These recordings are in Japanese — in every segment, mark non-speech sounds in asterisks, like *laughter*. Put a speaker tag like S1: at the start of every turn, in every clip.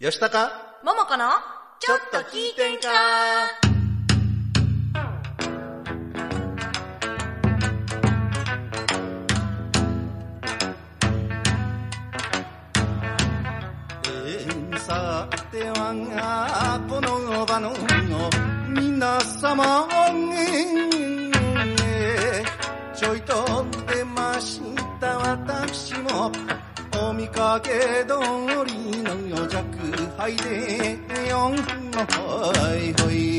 S1: よしたか
S2: ももこのちょっと聞いてんか
S1: えー、さては、この場の皆様、えーちょいと出ました私も、お見かけ通りの弱敗で、四のほいほい。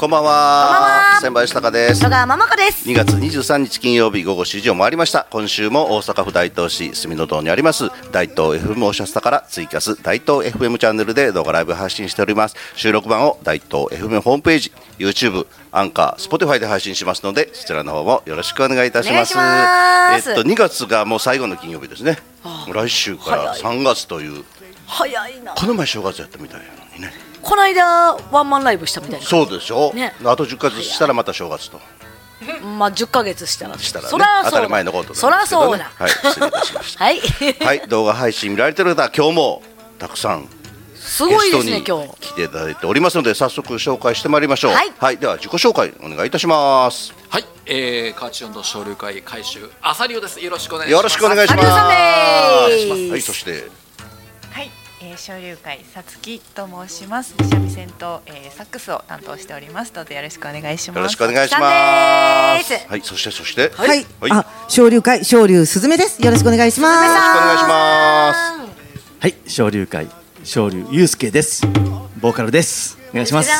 S3: こんばん
S2: こんばん
S3: は
S2: は。
S3: 千葉吉高です
S2: 戸。川ももこです
S3: 2月23日金曜日午後7時を回りました。今週も大阪府大東市住の堂にあります、大東 FM おしゃスタからツイキャス大東 FM チャンネルで動画ライブ配信しております。収録版を大東 FM ホームページ、YouTube、アンカー、Spotify で配信しますので、そちらの方もよろしくお願いいたします。
S2: お願いします
S3: えっと、2月がもう最後の金曜日ですね。来週から
S2: 早
S3: 3月という、
S2: 早いな
S3: この前正月やったみたいなのにね。
S2: こないだワンマンライブしたみたいな
S3: そうでしょ、
S2: ね
S3: あと10ヶ月したらまた正月と。
S2: まあ10ヶ月したら
S3: したら、ね、
S2: そらそうだ
S3: 当たり前のことなんです
S2: そ
S3: けどね
S2: らそうだ
S3: はい失礼いたしまし
S2: はい *laughs*
S3: たはい動画配信見られてる方は今日もたくさん
S2: *laughs* す
S3: ゲ
S2: ごい
S3: ス
S2: で
S3: ト
S2: すね
S3: に
S2: 今日
S3: 来ていただいておりますので早速紹介してまいりましょう
S2: はい
S3: では自己紹介お願いいたします
S4: はい、えー、カーチオンと小流会回収アサリオです。よろしくお願いしま
S3: よ
S4: す。
S3: ろしくお願いし
S2: あ
S3: ます
S2: りがとうございます
S3: はいそして
S5: はい、えー、昇竜会さつきと申します。三味線と、えー、サックスを担当しておりますのでよろしくお願いします。
S3: よろしくお願いします
S2: さんです
S3: はいそしてそしてはい
S6: は
S3: は
S6: い、
S3: いよろし
S6: あ、昇竜会昇竜すずめです。よろしくお願いします。
S3: くお願いします
S7: はい、昇竜会昇竜ゆうすけです。ボーカルです。お願いします
S2: じ。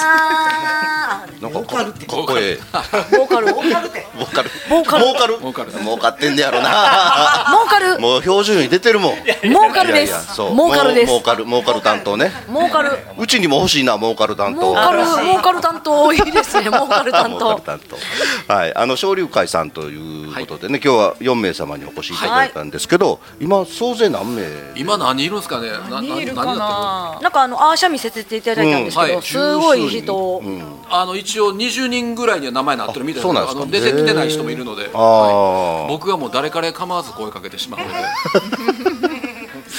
S2: ゃーん
S3: なんかこ声
S2: ボーカルボ
S3: ボーカルボーカルボーカル儲かってんねやろな
S2: ーカル
S3: もう標準に出てるもん
S2: ボーカルで
S3: いやいや
S2: す
S3: そ
S2: ボ
S3: う
S2: ーカルです
S3: 儲かる儲かる担当ね
S2: ボーカル
S3: うちにも欲しいな、儲かる担当。
S2: ボーカルボーカル担当いいです
S3: *laughs*
S2: ねボーカル担
S3: 儲
S2: 当
S3: かる担当。はい、あの昇龍会さんということでね、今日は四名様にお越しいただいたんですけど、今総勢何名？
S4: 今何いるんですかね。な
S5: 何いる
S4: な
S5: か
S4: 何だった
S5: な。
S2: なんかあのアーシャ見せていただいたんですけ
S4: うん
S2: ど、
S4: はい
S2: すごい
S3: 十数人
S2: 人、
S3: うん
S4: のあの一応20人ぐらいには名前なってるみたい
S3: あそう
S4: な
S3: なんですか
S4: の出てきてない人もいるので、
S3: あー
S4: い、僕がもう誰から構わず声かけてしまうので、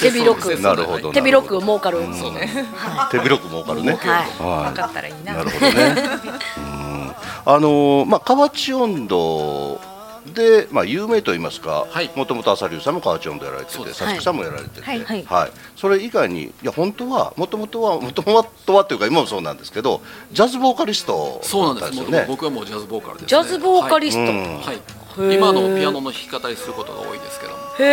S2: *laughs* 手広く
S4: そうです
S3: なるほど。
S2: 手広く儲かる、
S4: そうね。
S3: 手広く儲かるね。
S2: はい
S3: は
S5: 分かったらいい
S3: い。
S5: な。
S3: なるほどね。うんあのーまあ河内温度。でまあ、有名と言いますか
S4: はい
S3: もともと朝龍さんも河内温度やられて
S4: そう
S3: て
S4: です
S3: さつきさんもやられてて、
S5: はい
S2: はい
S3: それ以外にいや本当はもともとはもともとはというか今もそうなんですけどジャズボーカリスト
S4: そう
S3: だ
S4: な
S3: っ
S4: ん
S3: た
S4: で
S3: よ
S4: す。もう
S3: ね
S4: 僕はもうジャズボーカルです、ね。
S2: ジャズボーカリスト、
S3: うん
S4: はい。はい
S2: ー
S4: 今のピアノの弾き語りすることが多いですけども、そう
S2: へ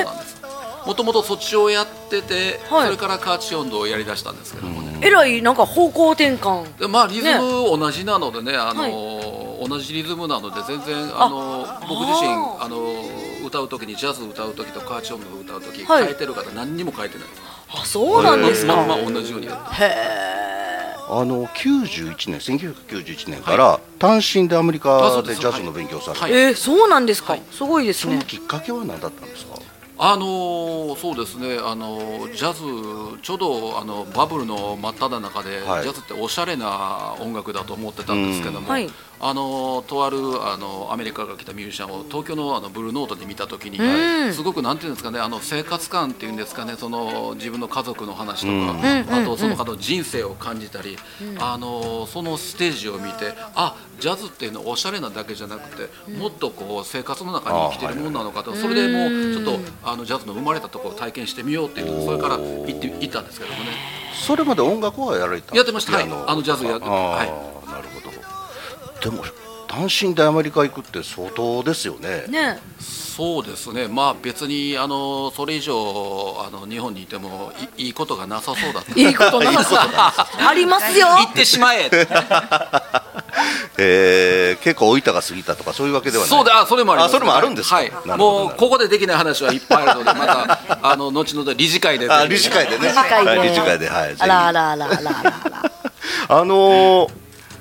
S2: え
S4: なんです。もともとそっちをやってて、
S2: はい
S4: それからカーチオンドをやりだしたんですけどもね。
S2: えらいなんか方向転換
S4: でまあリズム同じなのでね、あのー同じリズムなので全然あのー僕自身
S2: あ
S4: あのー歌う時にジャズ歌う時とカーチョンの歌う時、
S2: はい
S4: 変えてる方何にも変えてない
S2: あそうなんです
S4: ま
S2: か、
S4: んま同じようにやって
S3: あの91年1991年から単身でアメリカ
S4: あそう
S3: で
S4: です
S3: ジャズの勉強をされて、
S4: はい
S2: えー、そうなんですか、すごいです
S3: その
S2: ね
S3: きっかけは何だったんですか
S4: あのーそうですねあのージャズちょうどあのバブルの真っ只中で、
S3: はい
S4: ジャズっておしゃれな音楽だと思ってたんですけど
S2: うん
S4: も、
S2: はい
S4: あのーとあるあのーアメリカから来たミュージシャンを東京のあのブルーノートで見た時に、
S2: うん
S4: すごくなんていうんですかねあの生活感っていうんですかねその自分の家族の話とか、
S2: うん
S4: あとその方の人生を感じたり、あのーそのステージを見てあジャズっていうのはおしゃれなだけじゃなくて、もっとこう生活の中に生きてるもんなのかと、それでもうちょっとあのジャズの生まれたところを体験してみようっていうのでそれから行って行ったんですけどもね
S3: それまで音楽はやられた
S4: やってましたはい
S3: ピアノ
S4: あのジャズやって
S3: あ
S4: た
S3: ー
S4: はい
S3: なるほどでも単身でアメリカ行くって相当ですよ
S4: *laughs*
S3: ね
S2: ね
S4: そうですねまあ別にあのそれ以上あの日本にいてもいいいことがなさそうだった
S2: いいことなさありますよ
S4: 行ってしまえ
S3: えー、結構老いたが過ぎたとかそういうわけではない
S4: そうだあそれもありま
S3: あ
S4: す
S3: それもあるんですか
S4: は
S3: な
S4: い
S3: るほど
S4: もうここでできない話はいっぱいあるのでまたあの後ほど理事会で
S3: あ理事会でね
S2: 理事会で、
S3: はい、理事会ではい
S2: あらあらあらあらあらあら
S3: *laughs* あのー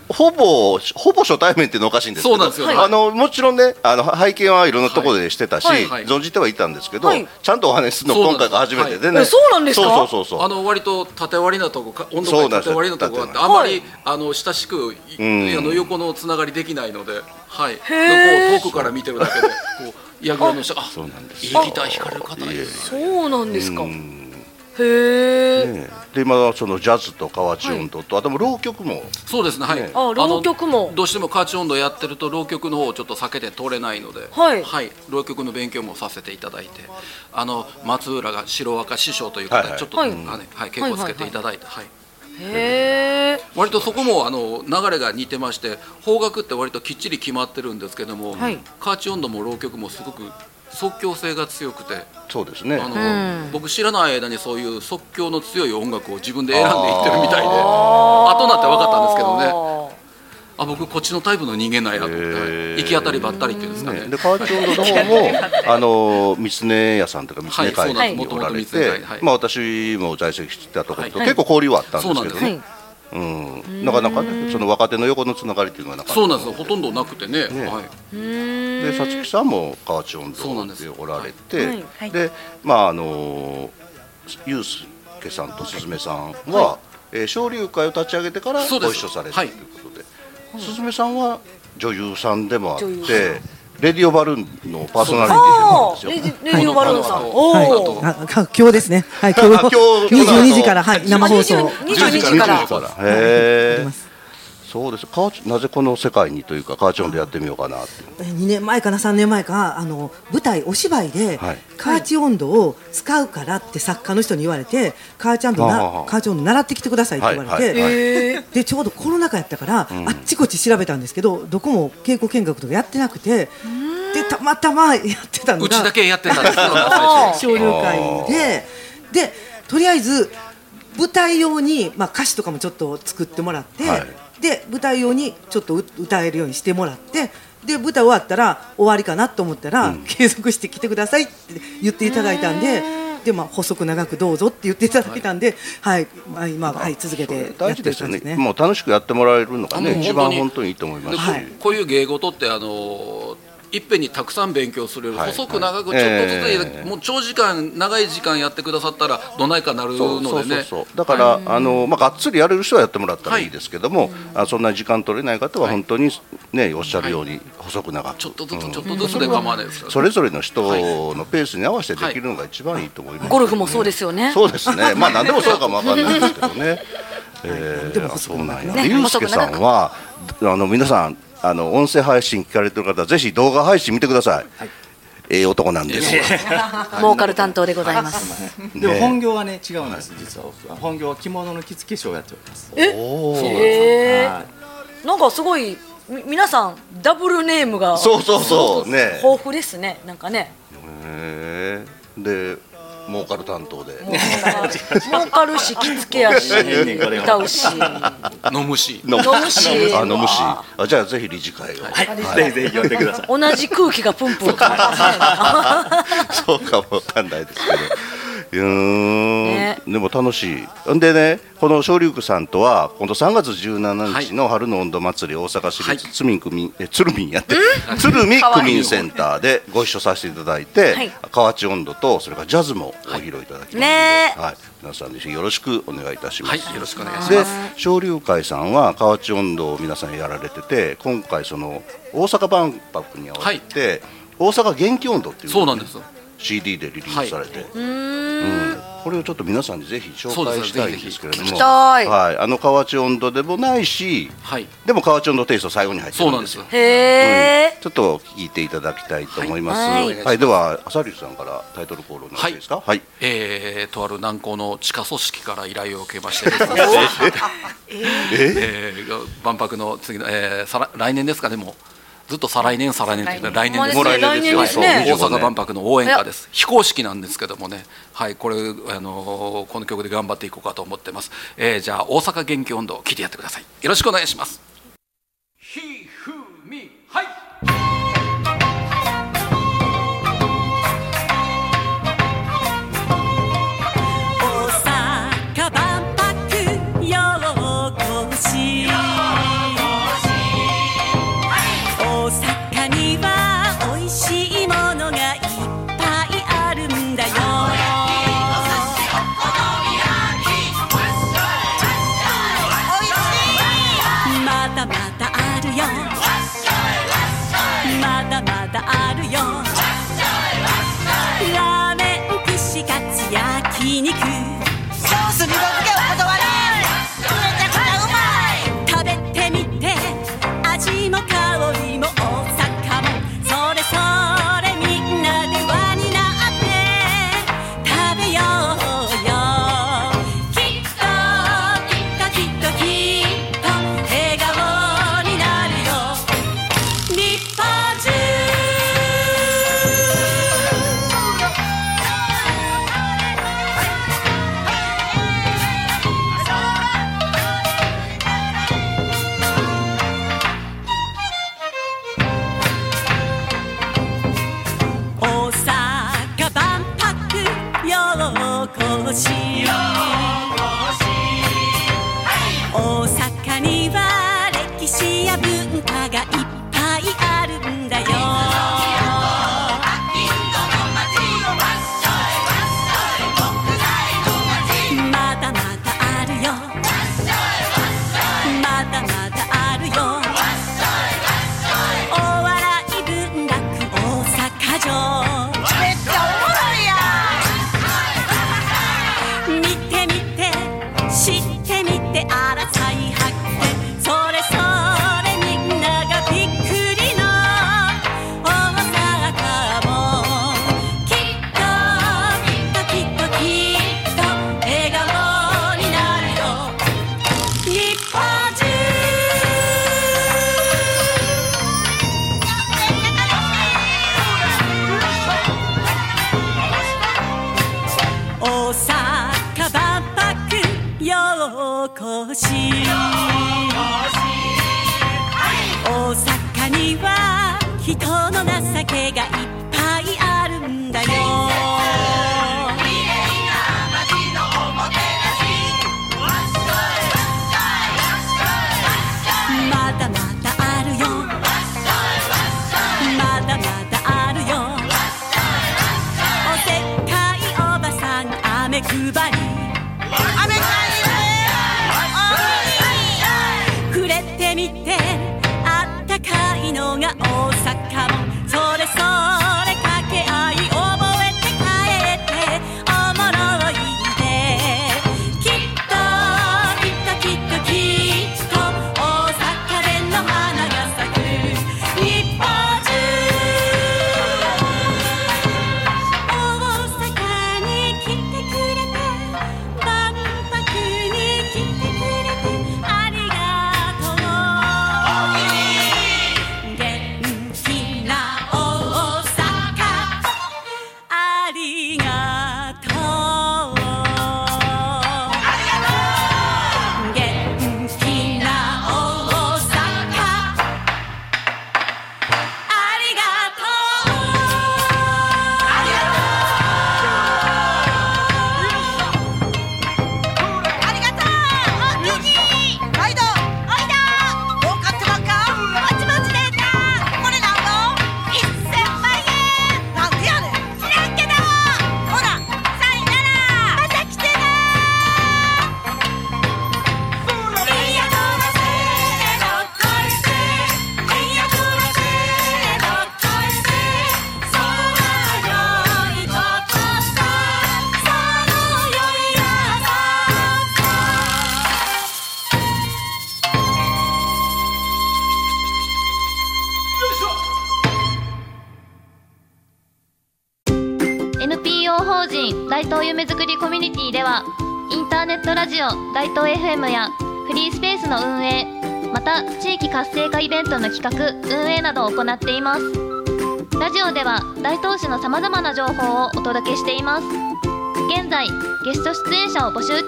S3: ほぼほぼ初対面っていうのはおかしいんですけど
S4: そうなんですよ
S3: あのもちろんねあの拝見はいろんなところでしてたし、
S4: はいはい
S3: 存じてはいたんですけど、
S2: はい
S3: ちゃんとお話しするの
S4: そうな
S3: 今
S4: んで
S3: 回
S4: す
S3: が初めてでね、
S2: はいえそうなんですか
S3: そうそうそうそう
S4: あの割と縦割りなとこか温
S3: そうな
S4: 度
S3: んで
S4: が
S3: す
S4: 縦割りなとこがあって
S3: 縦
S4: あんまり、
S2: はい
S4: あの親しくい、
S3: ん
S4: あの横のつながりできないので、はい、
S2: ー
S4: こう遠くから見てるだけでこ矢倉の人あ
S3: そうなんです
S4: いいギター弾かれる方がいる
S2: そうなんですか。へえ。
S3: ねえで今そのジャズと河内音頭と、あとも浪曲も
S4: そうですねはい、
S3: ね
S2: あ浪曲も
S4: あのどうしてもカーチ音頭やってると浪曲の方をちょっと避けて通れないのでは
S2: はい
S4: 浪曲の勉強もさせていただいてあの松浦が白赤師匠という方、
S3: はいはい
S4: ちょっと、
S2: はい
S4: あのねはい、稽古をつけていただいて、はい
S2: へえ。
S4: 割とそこもあの流れが似てまして方角って割ときっちり決まってるんですけども、
S2: はい
S4: カーチ音頭も浪曲もすごく即興性が強くて
S3: そうですね
S4: あの、
S2: うん
S4: 僕知らない間にそういう即興の強い音楽を自分で選んでいってるみたいで後になって分かったんですけどね
S2: どね。
S4: あ僕こっちのタイプの人間なんやと思って
S3: へー
S4: 行き当たりばったりっていうんですかね
S3: ね、で河内音頭の
S4: *laughs*
S3: 方もあの三常屋さんというか三常
S4: はいそうなん
S3: 会
S4: で
S3: に
S4: す
S3: お
S4: 元々
S3: られ
S4: 三常
S3: て
S4: 会はい
S3: まあ私も在籍してたところと
S4: はい
S3: 結構交流はあったんですけど
S2: は
S3: ね
S2: い。
S3: うんなかなかねその若手の横のつながりっていうのはなかった
S4: そうなんですよほとんどなくてね
S3: ね
S4: はい、
S3: でさつきさんも河内音
S4: そうな
S3: 頭
S4: んです
S3: で
S4: よ
S3: おられ
S2: は
S3: て
S2: い
S5: はい
S3: でまああのゆうすけさんとすずめさんはえー昇竜会を立ち上げてから
S4: そうで
S3: ご
S4: す
S3: 一緒されたと
S4: はいいう
S3: ことで、すずめさんは女優さんでもあって
S2: 女優さん
S3: レディオバルーンのパーソナリテ
S2: ああ
S3: ィ
S2: レ
S3: でもあ
S2: ジ
S3: るんですよ。
S2: レジオバルーンさん。
S4: はい
S2: お
S4: はい
S2: お。
S4: あ
S6: あか今日ですね。はい、今
S3: あ今日
S6: 日22時から、はい、生放送。
S2: 22時から
S3: 22へ
S6: やって
S3: え
S6: ま。す
S3: そうです。カーチなぜこの世界にというかカーチョンでやってみようかなって。
S6: えー2年前かな3年前かあの舞台お芝居で、
S3: はい
S6: カーチ温度を使うからって作家の人に言われてカーチャンド
S3: はあは
S6: な
S3: あ
S6: カーチ温度習ってきてくださいって言われて、
S3: はいはいはい
S6: でちょうどコロナ禍やったから、あっちこっち調べたんですけどどこも稽古見学とかやってなくてでたまたまやってたのが
S4: うちだけやってたんで
S3: *laughs*
S4: すよ
S6: 交流会ででとりあえず舞台用に、まあ、歌詞とかもちょっと作ってもらって、
S3: はい
S6: で舞台用にちょっとう歌えるようにしてもらってで舞台終わったら終わりかなと思ったら、継続して来てくださいって言っていただいたんで。でまあ、細く長くどうぞって言っていただいたんで、はい、まあ、今、はい、続けてやって
S3: 大
S6: る
S3: 事で
S6: 感ですす
S3: よ
S6: ね。
S3: ね。もう楽しくやってもらえるのが
S4: あ
S3: ね
S4: もう
S3: 一番本
S4: 本
S3: 当
S4: 当
S3: にいいと思いますし。
S6: はい
S4: こういう芸事ってあのいっぺんにたくさん勉強するより
S3: はい
S4: 細く長くちょっとずつ、
S3: ええ
S4: もう長時間長い時間やってくださったらどないかなる
S3: そうそ
S4: の
S3: う
S4: で
S3: そう
S4: ね
S3: そうだから、あのまあ、がっつりやれる人はやってもらったらいいですけども、あそんな時間取れない方は
S4: はい
S3: 本当に、ねおっしゃるように細く長く、
S4: ちょっとずつちょっとずつで構わないですから
S3: それぞれの人のペースに合わせてできるのが一番いいと思います、
S2: ゴルフもそうですよね
S3: そうですねまあ何でもそうかもわかんないですけどね、え
S6: でも
S3: ー、あそうなんや、
S2: ね
S3: ゆうすけさんはあの皆さんあの音声配信聞かれてる方はぜひ動画配信見てください、ええ男なんですよ、
S2: ボーカル担当でございます。
S7: でも本業はね違うんです、実は本業は着物の着付け師をやっております
S2: へえ。
S7: はい
S2: なんかすごいみ皆さんダブルネームが
S3: そうそうそうね
S2: 豊富ですね。なんかね。
S3: へえで儲かる担当で
S2: 儲かるし着付けやし歌うし
S4: 飲むし
S3: 飲
S2: 飲むし
S3: あ飲むしあじゃあぜひ理事会を、
S7: はい、ぜひぜひ呼んでください
S2: 同じ空気がプンプン感じますね
S3: *laughs* そうかもわかんないですけど。うーん、
S2: ね
S3: でも楽しい。んでね、この昇龍区さんとは、今度3月17日の春の温度祭り大阪市
S4: はい
S3: 立鶴見区民、え鶴見やって、鶴見区民センターでご一緒させていただいて、
S2: はい
S3: 河内温度とそれからジャズもご披露いただきますので、
S2: ねえ
S3: はい、皆さんぜひよろしくお願いいたしま
S4: は
S3: す。
S4: いよろしくお願いします
S3: で昇龍会さんは河内音頭を皆さんやられてて今回その大阪万博に合わせて、大阪元気音頭っていうのを
S4: そうなんです
S3: CD でリリースされて、うんこれをちょっと皆さんにぜひ紹介したいんですけれども
S4: そうですねぜひぜひ聞き
S2: たい
S3: はい、あの河内音頭でもないし
S4: はい
S3: でも河内音頭テイスト最後に入って
S4: そう
S3: る
S4: なんん
S3: で
S4: ですす
S3: よ
S4: よ
S2: へえ。
S3: ちょっと聞いていただきたいと思います。は、
S2: はいい
S3: は
S2: はいい
S3: では朝龍さんからタイトルコールお願いですか。はい、
S4: えー、とある南港の地下組織から依頼を受けましてですね、えー万博の次の、えー、再来来年ですかねもうずっと再来年再来年って言って来年です
S2: もう来年ですね
S4: はい大阪万博の応援歌です非公式なんですけどもねはいこれあのーこの曲で頑張っていこうかと思ってます、えー、じゃあ大阪元気温度を聞いてやってくださいよろしくお願いしますひふみはい
S8: 大阪万博ようこし」「大阪にはおいしいものがいっぱいあるんだよ」「まひき肉ソースにのけを断れめちゃくちゃうまい食べてみて味も香りも大阪もそれそれみんなで輪になって食べようよきっときっときっときっと笑顔になるよ日本中大阪万博ようこし大阪には歴史や文化がいっぱいあるんだよまだまだあるよまだまだあるよお笑い文楽大阪城めっちゃおもろいやん見てみて知ってみてあら再発見それそれみんながびっくりの大阪もきっときっときっときっと笑顔になるよ日本中大阪万博ようこし大阪には人の情けがいっぱいあるんだよまだまだあるよまだまだあるよおせっかいおばさん飴配り飴配りくれてみてあったかいのが大阪もそれそれ掛け合い覚えて帰っておもろいできっときっときっときっと大阪弁の花が咲く日本中大阪に来てくれた万博に来てくれてありがとう元気な大阪ありがとう元気な大阪ありがとうありがとうありがとうおっきに毎度毎度儲かってばっかまちまちでーたこれなんと1000万円なんでやねん知らんけどほらさいならまた来てな
S9: NPO 法人大東夢づくりコミュニティではインターネットラジオ大東 FM やフリースペースの運営また地域活性化イベントの企画運営などを行っていますラジオでは大東市のさまざまな情報をお届けしています現在ゲスト出演者を募集中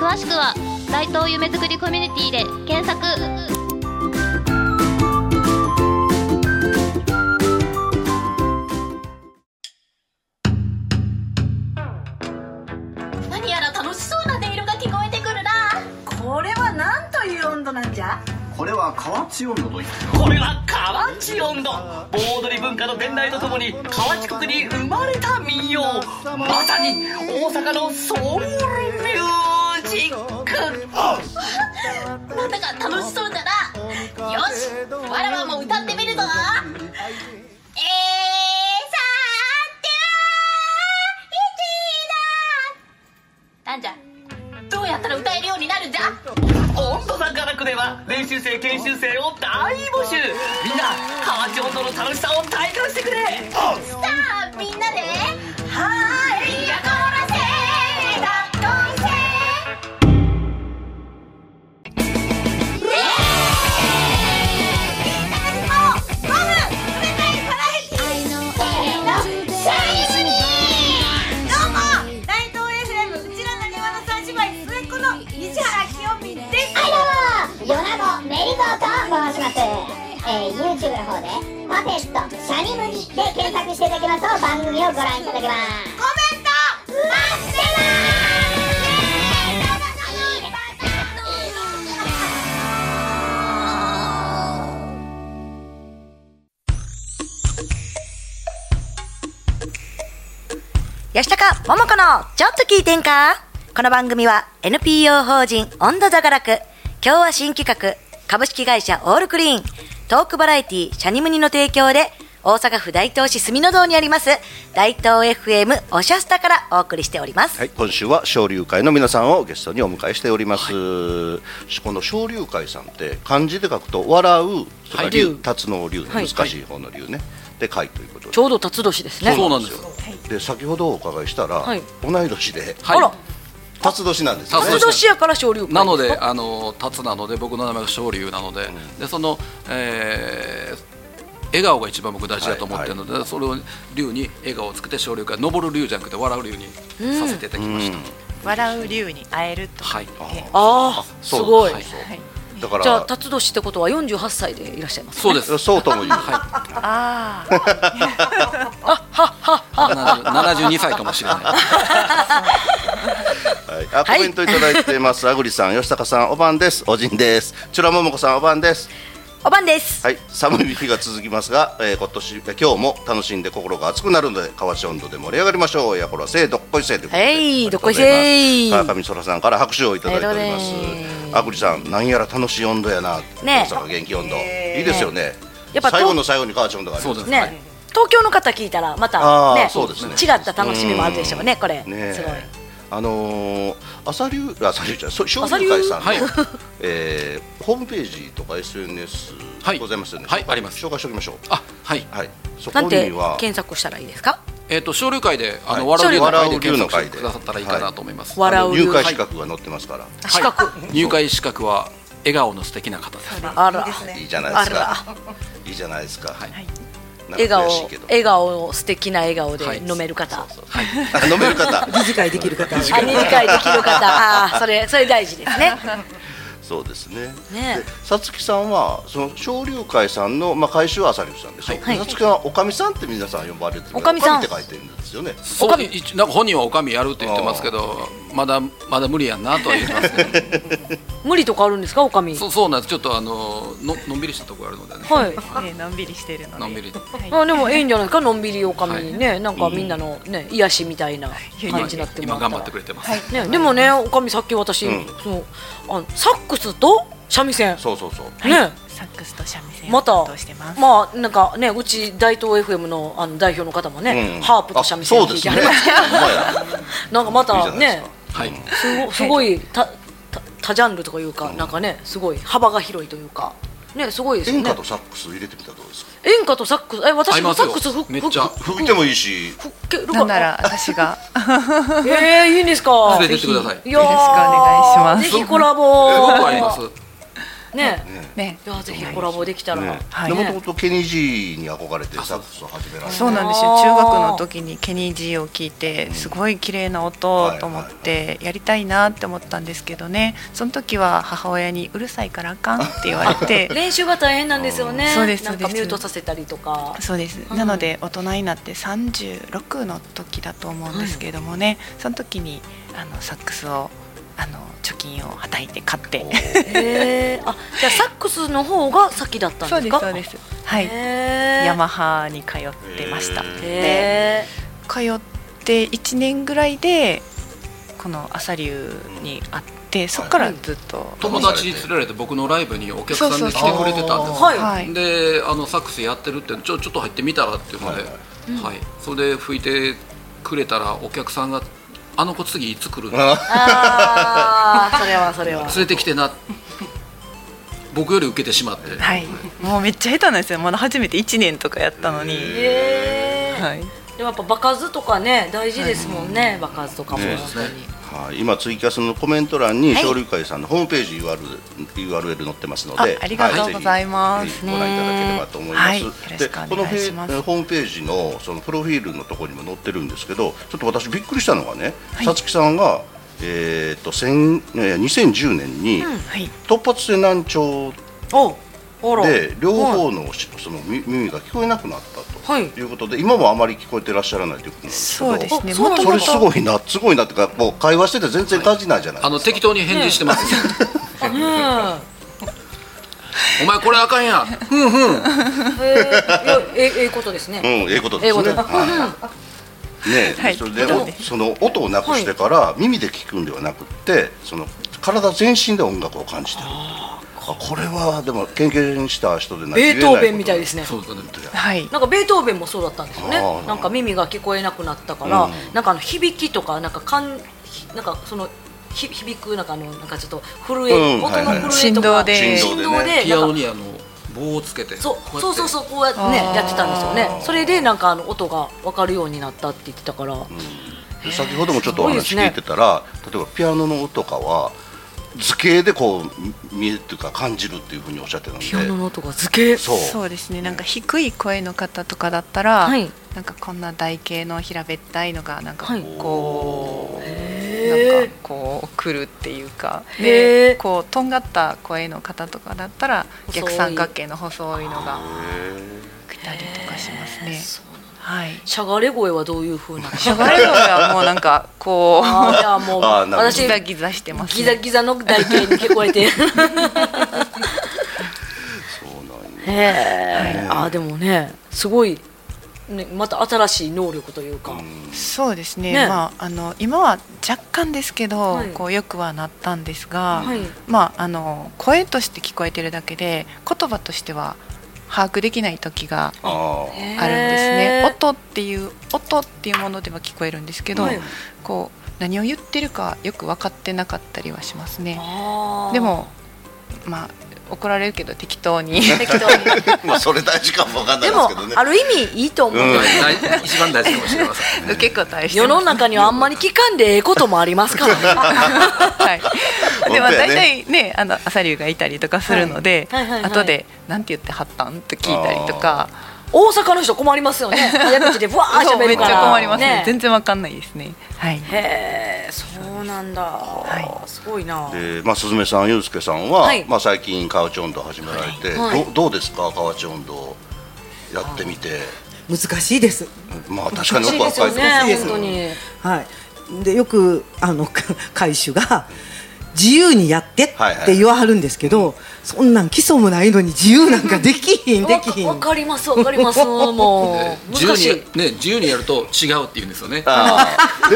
S9: 詳しくは大東夢づくりコミュニティで検索
S8: 何やら楽しそうな音色が聞こえてくるな
S10: これは何という温度なんじゃ
S1: これは河内温度と言って
S11: これは河内音頭盆踊り文化の伝来とともに河内国に生まれた民謡まさに大阪のソウルミュージック
S8: なんだか楽しそうだなよしわらわも歌ってみるぞえー、さては、いちだ
S11: 温度差科学では練習生研修生を大募集みんな河内温度の楽しさを体感してくれ
S8: さあみんなではーいやこらせ学校生イエーイみんなでもう5分冷たいパラエティのシャイニーどうも大東 FM うちらの庭の三姉妹末っ子の西原清美です
S12: ヨナボメリゴーと申します、えー、YouTube の方で「パペットシャニムニ」で検索していただきますと番組をご覧いただけます
S8: コメント待って
S13: 吉高桃子のちょっと聞いてんかこの番組は NPO 法人温度座がらく今日は新企画株式会社オールクリーントークバラエティシャニムニの提供で大阪府大東市住の堂にあります大東 FM おしゃスタからお送りしております
S3: はい、今週は昇竜会の皆さんをゲストにお迎えしております、この昇竜会さんって漢字で書くと笑うそれから竜辰の竜ね
S2: はい
S3: 難しい方の竜ね、で会ということで
S2: ちょうど辰年ですね。
S3: よ、で先ほどお伺いしたら、
S2: はい
S3: 同い年で、
S2: あら
S3: 辰年なんですよ
S2: 辰年やから昇竜会
S4: なので、あの立つなので、僕の名前が昇龍なので、でその、えー笑顔が一番僕大事だと思ってるので、それを龍に笑顔をつけて昇龍会、登る龍じゃなくて笑う龍にさせていただきました。
S5: 笑う竜に会えると
S4: はい。
S2: ああす
S4: そう
S2: ごい。
S4: はい
S3: だから
S2: じゃあ辰年ってことは48歳でいらっしゃいますね。
S4: そうです。
S3: そうとも言う。
S2: ああ。
S4: 七十二歳かもしれ
S3: *laughs*
S4: ない。
S2: *laughs*
S3: はい、あコメントいただいてます、あぐりさん吉高さんおばんですおじんですちゅらももこさんおばんです
S13: おばんです
S3: はい寒い日が続きますが、えー、今年え今日も楽しんで心が熱くなるので河内温度で盛り上がりましょうやこらせどっこいせということで
S2: はいどっこいせい。
S3: 川上空さんから拍手をいただいておりますあぐりさんなんやら楽しい温度やな
S2: ねえ
S3: 大阪元気温度いいですよね
S2: やっぱ
S3: 最後の最後に河内温度があります
S2: ね、東京の方聞いたらまた
S3: あー
S2: ね
S3: そうですね
S2: 違った楽しみもあるでしょうねこれ
S3: ねえ
S2: すごい
S3: あのー、朝流朝流じゃないそ商流会さんの、 *laughs* えーホームページとか SNS ございますよね。はい、あります。紹介しておきましょう。
S4: あ、はい。
S3: はい。そこ
S2: なんて
S3: には
S2: 検索したらいいですか
S4: えっ、と昇龍会で、あの、
S3: はい
S4: 笑う龍の
S3: 笑う龍の会で
S4: 会で検索してくださったらいいかなと思います。
S2: はい笑う龍
S3: 入会資格が載ってますから。
S2: 資格、
S4: 入会資格は笑顔の素敵な方です。
S2: あら
S3: いいじゃないです
S2: あ
S3: か。いいじゃないですか。はい。
S2: 笑顔
S3: 悔しいけど
S2: 笑顔を素敵な笑顔で飲める方、
S3: あ *laughs* 飲める方。
S6: 理事会できる方。
S2: あ理事会できる方あーそれそれ大事です
S3: *laughs*
S2: ね
S3: そうですね。
S2: ね
S3: でさつきさんはその昇龍会さんのまあ会社は朝流さんでしょ。
S2: はい
S3: さつきさんはおかみさんって皆さん呼ばれてる。
S2: おかみさん
S3: って書いてるんですよね。
S4: そう一なんか本人はおかみやるって言ってますけどまだまだ無理やんなとは言って
S5: *laughs*
S4: ますね
S2: 無理とかあるんですかおかみ
S4: そうそうなんですちょっとあのののんびりしたところあるのでね
S2: はい
S5: えーのんびりしているので
S4: のんびり
S2: あでもいいんじゃないですかのんびりおかみにね、なんかみんなのね癒しみたいな感じになってもら
S4: 今
S2: ったら
S4: 頑張ってくれてます、
S2: ね、でもね、おかみさっき私、
S4: うん
S2: そのあのサックスと三味線。
S3: そうそうそう。
S2: ね、
S5: サックスと三味線
S2: また、
S5: としてます
S2: まあ、なんかね、うち大東 FM のあの代表の方もね、
S3: うん
S2: ハープと三味線を弾いてありますけど
S3: あそうですねほんまや
S2: *laughs* なんかまたね、
S4: はい
S2: すごすごいたた多ジャンルとかいうか、なんかね、すごい幅が広いというか、ね、すごいですよ
S3: 演
S2: ね
S3: 歌。とサックス入れてみたらどうですか。
S2: 演歌とサックス、え、私もサックス
S3: めっちゃ吹いてもいいし。
S2: なんな
S5: ら私が
S2: えー、いいんですか。
S3: 連れてってください
S2: ぜひやー
S5: よろしくお願いします
S2: ぜひコラボ。
S5: すごくあります
S2: ね
S3: ね
S2: ね、いやぜひコラボできたら。
S3: ね
S2: はい
S3: でもともとケニー G に憧れてサックスを始められた
S5: そうなんですよ中学の時にケニー・ジーを聞いてすごい綺麗な音と思ってやりたいなって思ったんですけどねその時は母親にうるさいからあかんって言われ *laughs* て
S2: 練習が大変なんですよね。
S5: そうです
S2: な
S5: そうんです
S2: かミュートさせたりとか。
S5: そうです、なので大人になって36の時だと思うんですけれどもね、その時にあのサックスをあの貯金をはたいて買って
S2: へーあ、じゃあサックスの方が先だったんですか。
S5: *laughs* そうですそうですはい
S2: へー
S5: ヤマハに通ってました
S2: へ
S5: で通って1年ぐらいでこの朝龍に会ってそこからずっと
S4: 友達に連れられて僕のライブにお客さんで来てくれてたんです
S5: そうそうそうはい
S4: であのサックスやってるってちょちょっと入ってみたらっていうので、はいそれで吹いてくれたらお客さんがあの子次いつ来る
S5: *laughs*
S4: の
S2: あーそれはそれは
S4: 連れてきてな僕より受けてしまって
S5: はい、もうめっちゃ下手なんですよまだ初めて1年とかやったのに、
S2: えー
S5: はい、
S2: でもやっぱ場数とかね大事ですもんね、場数とかも、
S3: ねはい、今ツイキャスのコメント欄に
S2: はい
S3: 小龍会さんのホームページ URL, URL 載ってますの
S5: あ
S3: で
S5: ありがとうございま
S3: は
S5: す
S3: ぜひぜひご覧いただければと思います、
S5: はいよろしくお願
S3: で
S5: い
S3: このペ
S5: します
S3: ホームページのそのプロフィールのところにも載ってるんですけどちょっと私びっくりしたのがねさつきさんが、えー、と先えー2010年に
S2: うん
S5: はい
S3: 突発性難聴
S2: おおら
S3: で両
S2: はい
S3: 方のしその耳耳が聞こえなくなったと
S2: はい
S3: いうことで今もあまり聞こえてらっしゃらないということなんですけど
S5: そうですね
S3: あ
S5: も
S3: そ
S5: とも
S3: れ
S5: と
S3: すごいなすごいなってかもう会話してて全然感じないじゃない
S4: あの適当に返事してます、
S2: あ
S4: お前これあかんやん
S2: *laughs*
S4: ふんふん
S2: ねえー、ええええことですね、
S3: うんええことですね
S2: ええこと
S3: はねえ、
S2: はい
S3: それで
S2: でも
S3: おその音をなくしてから耳で聞くんではなくってその体全身で音楽を感じてるあこれはでも経験した人でないと言え
S2: ベ
S3: ない
S2: ートーベンみたいですね
S4: そうだね
S5: はい
S2: なんかベートーベンもそうだったんですよね
S3: あー
S2: なんか耳が聞こえなくなったから、
S3: うん
S2: なんかあの響きとかなんかかんひなんかそのひ響くなんかあのなんかちょっと震え、
S4: うん
S2: 音の震えとか、
S5: 振動で
S2: 振動で
S4: ピア
S2: なん
S4: ノ
S2: か
S4: にあの棒をつけて
S2: そう
S4: こやって
S2: そうそうそうこうやってね
S4: あー
S2: やってたんですよねそれでなんかあの音が分かるようになったって言ってたから、
S3: で先ほどもちょっとお話聞いてたら、例えばピアノの音とかは図形でこう見見えるっていうか感じるっていうふうにおっしゃってたので
S2: ピアノの音が図形
S3: そう
S5: そうですねなんか低い声の方とかだったら、
S2: はい
S5: なんかこんな台形の平べったいのがなんか
S2: はい
S5: こう、
S2: へー
S5: なんかこう来るっていうか
S2: へ
S5: で
S2: ー
S5: こうとんがった声の方とかだったら
S2: 細い
S5: 逆三角形の細いのが来たりとかしますね。はい、
S2: しゃがれ声はどういう風な
S5: しゃがれ声はもうなんかこう
S2: あーじゃあもう
S5: あーなるほど
S2: 私
S5: ギザギザしてますね
S2: ギザギザの台形に聞こえてねえあーでもねすごい、ね、また新しい能力というか、
S5: そうですね
S2: ね
S5: まあ、あの今は若干ですけど、
S2: はい
S5: こうよくはなったんですが、
S2: はい
S5: まあ、あの声として聞こえてるだけで言葉としては把握できない時が
S3: あ
S5: るんです
S2: へー
S5: ね。音っていう音っていうものでは聞こえるんですけど、
S2: はい
S5: こう何を言ってるかよく分かってなかったりはしますね。
S2: あー
S5: でも、まあ、怒られるけど適
S2: *laughs*
S5: 当に
S3: まあそれ大事かもわかんない
S2: で
S3: です
S2: も
S3: けどね
S2: ある意味いいと思う、
S3: うん
S4: 一番大事かもしれません
S5: 受け答えして
S2: 世の中にはあんまり聞かんでええこともありますからね
S5: はい、でまあ
S3: 本当やね
S5: 大体ねあの朝龍がいたりとかするので、
S2: はいはいはいはい
S5: 後で「なんて言ってはったん?」って聞いたりとか
S2: 大阪の人困りますよね早口でブワーしゃ
S5: そう
S2: べ
S5: め
S2: る
S5: っち
S2: から
S5: ゃ困りますね
S2: ね
S5: 全然わかんないですねはい
S2: へえそうなんだ、すごいな
S3: でまあ、すずめさん、ゆうすけさんは、
S2: はい
S3: まあ、最近河内音頭始められて、
S2: はい
S3: どどうですか河内音頭やってみて
S6: 難しいです
S3: まあ確かによくわかる
S2: 難しいですよね本当に
S6: はい、でよくあの *laughs* か会主が自由にやって
S3: はい
S6: って言わはるんですけど、そんなん基礎もないのに自由なんかできひんできひん
S2: わかりますわかりますもう
S4: *laughs* 自由
S2: 難しい
S4: にね自由にやると違うって言うんですよね
S3: で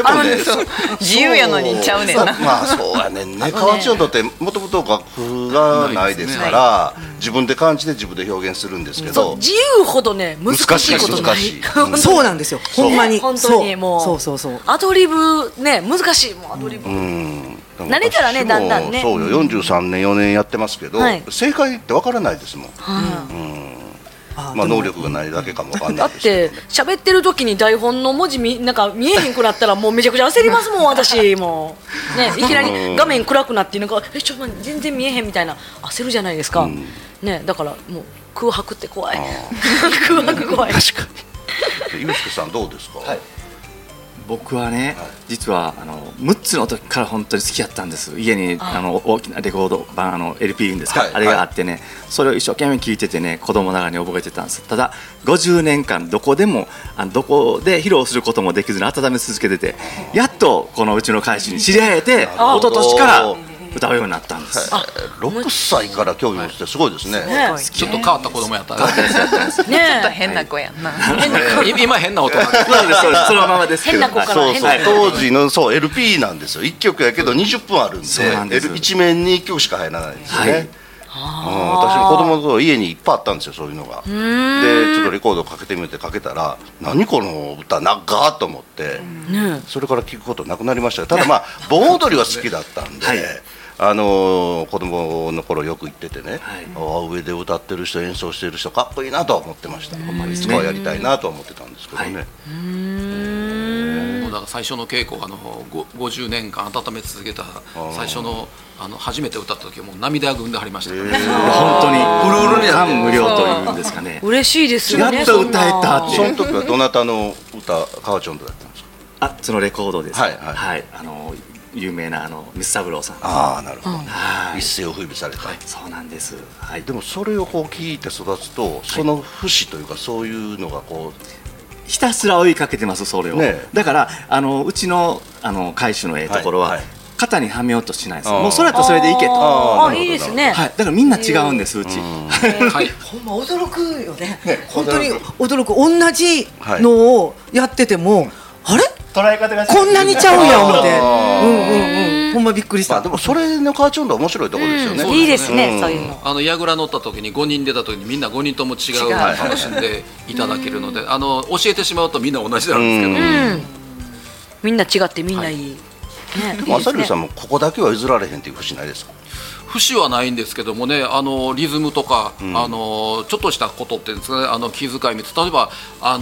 S3: もね
S5: そう自由やのにちゃうねんな
S3: まあそうやねんね河内音頭ってもともと楽譜がないですから自分で感じて自分で表現するんですけ
S2: そう
S3: ど
S2: 自由ほどね難しいことな
S3: 難
S2: い
S3: しい難しい
S2: 本当に
S6: そうなんですよほんまに
S2: 本当にもう
S6: そうそうそうそう
S2: アドリブね難しいもうアドリブ、
S3: うん
S2: 慣れたらねだんだんね
S3: そうよ43年4年やってますけど、
S2: はい
S3: 正解ってわからないですもん、
S2: はい
S3: まあ能力がないだけかもわかん
S2: だ
S3: な
S2: っ
S3: いです
S2: て喋ってる時に台本の文字みなんか見えへんくなったらもうめちゃくちゃ焦りますもん私もうねいきな
S3: うん
S2: り画面暗くなってなんかえちょっと待って全然見えへんみたいな焦るじゃないですか、ねだからもう空白って怖い *laughs* 空白怖い
S3: でゆうすけさんどうですか、
S7: 僕はね、実はあの6つの時から本当に好きやったんです家に
S2: あ
S7: あの大きなレコード版あの LP んですか、
S3: はい
S7: あれがあってね、それを一生懸命聞いててね子供ながらに覚えてたんですただ50年間どこでもあのどこで披露することもできずに温め続けててやっとこのうちの会社に知り合えて一
S3: あ
S7: 昨年から歌うようになったんです、
S3: 6歳から興味持つってすごいですね、
S2: ね
S4: ちょっと変わった子供やったね
S5: ちょっと
S2: ね
S5: 変な子やんな、
S4: 今今変
S2: *laughs*
S4: な大人
S7: そうですそうですそのままですけど
S2: 変な子から
S3: そう
S2: 変
S3: そう
S2: な子
S3: 当時のそう LP なんですよ1曲やけど20分あるんで
S7: そうなんです
S3: L- 一面に1曲しか入らないんですよね、
S7: はい
S3: うん、私の子供の頃家にいっぱいあったんですよそういうのが。でちょっとレコードかけてみてかけたら何この歌長っと思って、それから聞くことなくなりましたただま
S7: *laughs*
S3: あ盆踊りは好きだったんで。あのー子供の頃よく行っててね、あ上で歌ってる人演奏してる人かっこいいなとは思ってましたいつかはやりたいなとは思ってたんですけどね、
S4: もうだから最初の稽古あのご50年間温め続けた最初のあの初めて歌った時はもう涙ぐんではりましたからね、
S7: 本当に
S4: うるうるになって
S7: 感無量というんですかね
S2: 嬉しいですよね
S7: やっと歌えたって
S2: そんな
S3: その時はどなたの歌川ちゃんとだったんですか
S7: あそのレコードですはい、はいあの有名なあのミス三郎さん
S3: ああなるほど、
S7: うん
S3: 一世を風靡された、
S7: そうなんです、
S3: でもそれをこう聞いて育つとその節というかそういうのがこ
S7: ひたすら追いかけてますそれを、
S3: ねえ
S7: だからあのうちのあの会主のええところは、肩にはめようとしないです
S3: あー
S7: もうそれやったらそれでいけと
S2: あーあーいいですね
S7: はい、だからみんな違うんですうち、はい
S6: ほんま驚くよね本当に驚く同じのをやってても、あれ
S7: *laughs* 捉え方が
S6: こんなにちゃうやん思って
S3: あ
S6: うんうんうんほんまびっくりした、
S3: でもそれの川ちゃんと面白いところですよね、ん
S4: あの矢倉乗った時に5人出た時にみんな5人とも違う
S3: 違う
S4: のを楽しんでいただけるので、あの教えてしまうとみんな同じなんですけど、
S2: うんみんな違ってみんないい、ね
S3: でも浅
S2: いい
S3: 利
S2: です
S3: さ
S2: ね
S3: んもここだけは譲られへんっていう節ないですか
S4: 節はないんですけどもねあのリズムとか、
S3: ん
S4: あのちょっとしたことっていうんですかねあの気遣いみつ例えばあ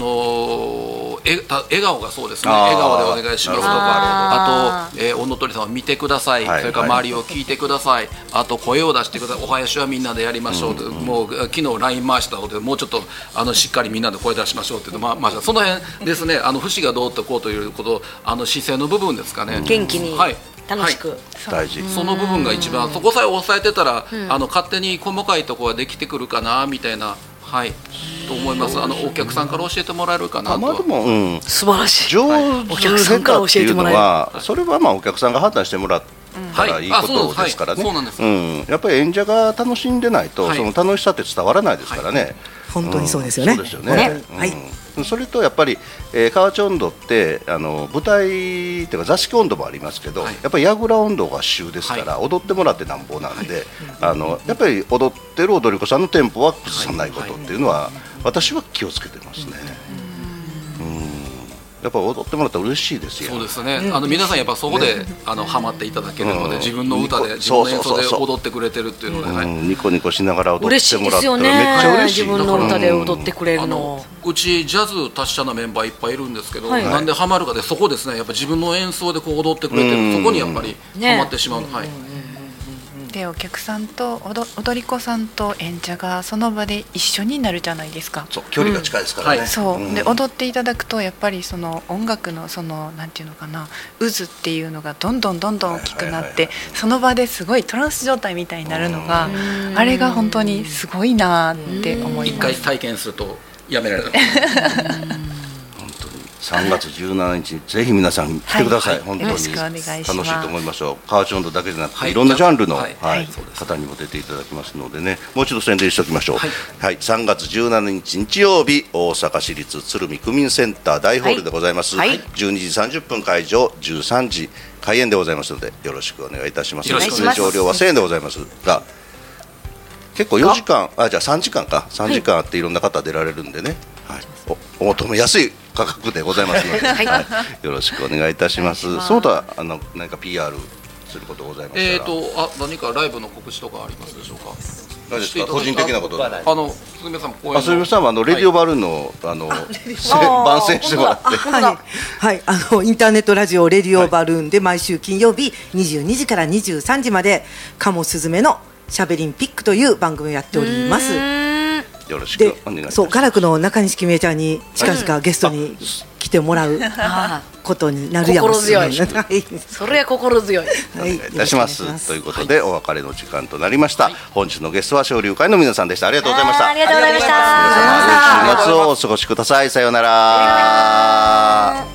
S4: のえた笑顔がそうですね
S3: あー
S4: 笑顔でお願いしますとか
S2: な
S4: あと、えー、おのとりさんを見てください、
S3: はい
S4: それから周りを聞いてください、あと声を出してくださいお囃子はみんなでやりましょう、ともう昨日 LINE 回したのでもうちょっとあのしっかりみんなで声出しましょうって言って、まあまあ、その辺ですねあの節がどうとこうということあの姿勢の部分ですかね
S2: 元気に
S4: はい
S2: 楽しく、
S3: 大事
S4: その部分が一番そこさえ抑えてたら、
S2: うん
S4: あの勝手に細かいところはできてくるかなみたいなはいと思いますあのお客さんから教えてもらえるかなと、
S3: まあでも、うん、
S2: 素晴らし
S3: い上手
S4: お客さんから教えてもらえる
S3: 下手っていうのはそれはまあお客さんが判断してもらったらいい
S4: はいあ
S3: こ
S4: そ
S3: と
S4: うですはい
S3: ですからね、
S4: そうなんです
S3: うんやっぱり演者が楽しんでないと、
S4: はい
S3: その楽しさって伝わらないですからね、
S6: 本当にそうですよね
S3: んそうですよね
S6: ねはい
S3: うんそれとやっぱり、えー、川町温度ってあの舞台っていうか座敷温度もありますけど、やっぱり櫓温度が終ですから、踊ってもらってなんぼなんで、あのやっぱり踊ってる踊り子さんのテンポは崩さないことっていうのは、私は気をつけてますね。うんやっぱ踊ってもらったら嬉しいですよ。
S4: そうですね、あの皆さんやっぱそこで、あのハマっていただけるの
S3: う
S4: で、
S3: ん
S4: 自分の歌
S3: う
S4: で
S3: ん
S4: 自分の演
S3: そうそ
S4: 奏
S3: う
S4: で
S3: そうそう
S4: 踊ってくれてるっていうので、はい
S3: うんニコニコしながら踊
S2: 嬉
S3: っ
S2: しい
S3: ても
S2: で
S3: らっ
S2: す
S3: たら
S2: よ
S3: めっちゃ
S2: ね
S3: 嬉しい
S2: 自分の歌で踊ってくれるの
S4: うちジャズ達者なメンバーいっぱいいるんですけど、
S2: はい
S4: なんでハマるかでそこですねやっぱ自分の演奏でこう踊ってくれて
S3: うん
S4: るそこにやっぱり
S5: ね
S4: ハマってしまう、はい
S5: *laughs* でお客さんと踊踊り子さんと演者がその場で一緒になるじゃないですか
S3: そう距離が近いですからね
S5: うんそう、
S3: うん
S5: で踊っていただくとやっぱりその音楽のそのなんていうのかな渦っていうのがどんどんどんどん大きくなってその場ですごいトランス状態みたいになるのがあれが本当にすごいなーって思い
S4: 一
S5: ま
S4: 回
S5: す
S4: 体験するとやめられない
S3: 3月17日、ぜひ皆さん来てください、
S5: はい
S3: 本当に
S5: よろしくお願いします
S3: 楽しいと思いますよ、カーチョンドだけじゃなくて、
S4: はい
S3: い、ろんなジャンルの、
S4: は
S3: はいい
S4: はい
S3: 方にも出ていただきますのでね、もう一度宣伝しておきましょう、はい3月17日日曜日、大阪市立鶴見区民センター大ホールでございます、
S2: はいはい
S3: 12時30分会場、13時開演でございますので、よろしくお願いいたします。
S2: よろしくお願いします
S3: 入場料は1000円でございますが結構4時間あじゃあ3時間か3時間あっていろんな方出られるんでね、はい、おお求めやすい価格でございますので、
S2: はい
S3: よろしくお願いいたします。その他あの何か PR することございましたら、
S4: えー、とあ何かライブの告知とかありますでしょうか。
S3: 何です
S4: してい
S3: か
S4: ただ
S3: 個
S4: い
S3: 人的なことで。
S4: あの鈴宮さんも公演
S3: あそれさんはあのレディオバルーンの、あのせ番宣してもらって、
S6: はい、はい、あのインターネットラジオレディオバルーンで毎週金曜日22時から23時までカモスズメのしゃべりんピックという番組をやっております。
S3: よろしく
S6: で
S3: お願いし、ます。
S6: そうガラクの中西きみえちゃんに近々ゲストに来てもらう
S2: あ
S6: ことになるやも
S2: 心
S6: しれ *laughs* な
S2: 強
S6: い
S2: い。それは心強い。
S3: お願いいたします。ということで、お別れの時間となりました。本日のゲストは昇竜会の皆さんでした。ありがとうございました。
S13: ありがとうございました。
S3: 皆様良い週末をお過ごしください。さようなら。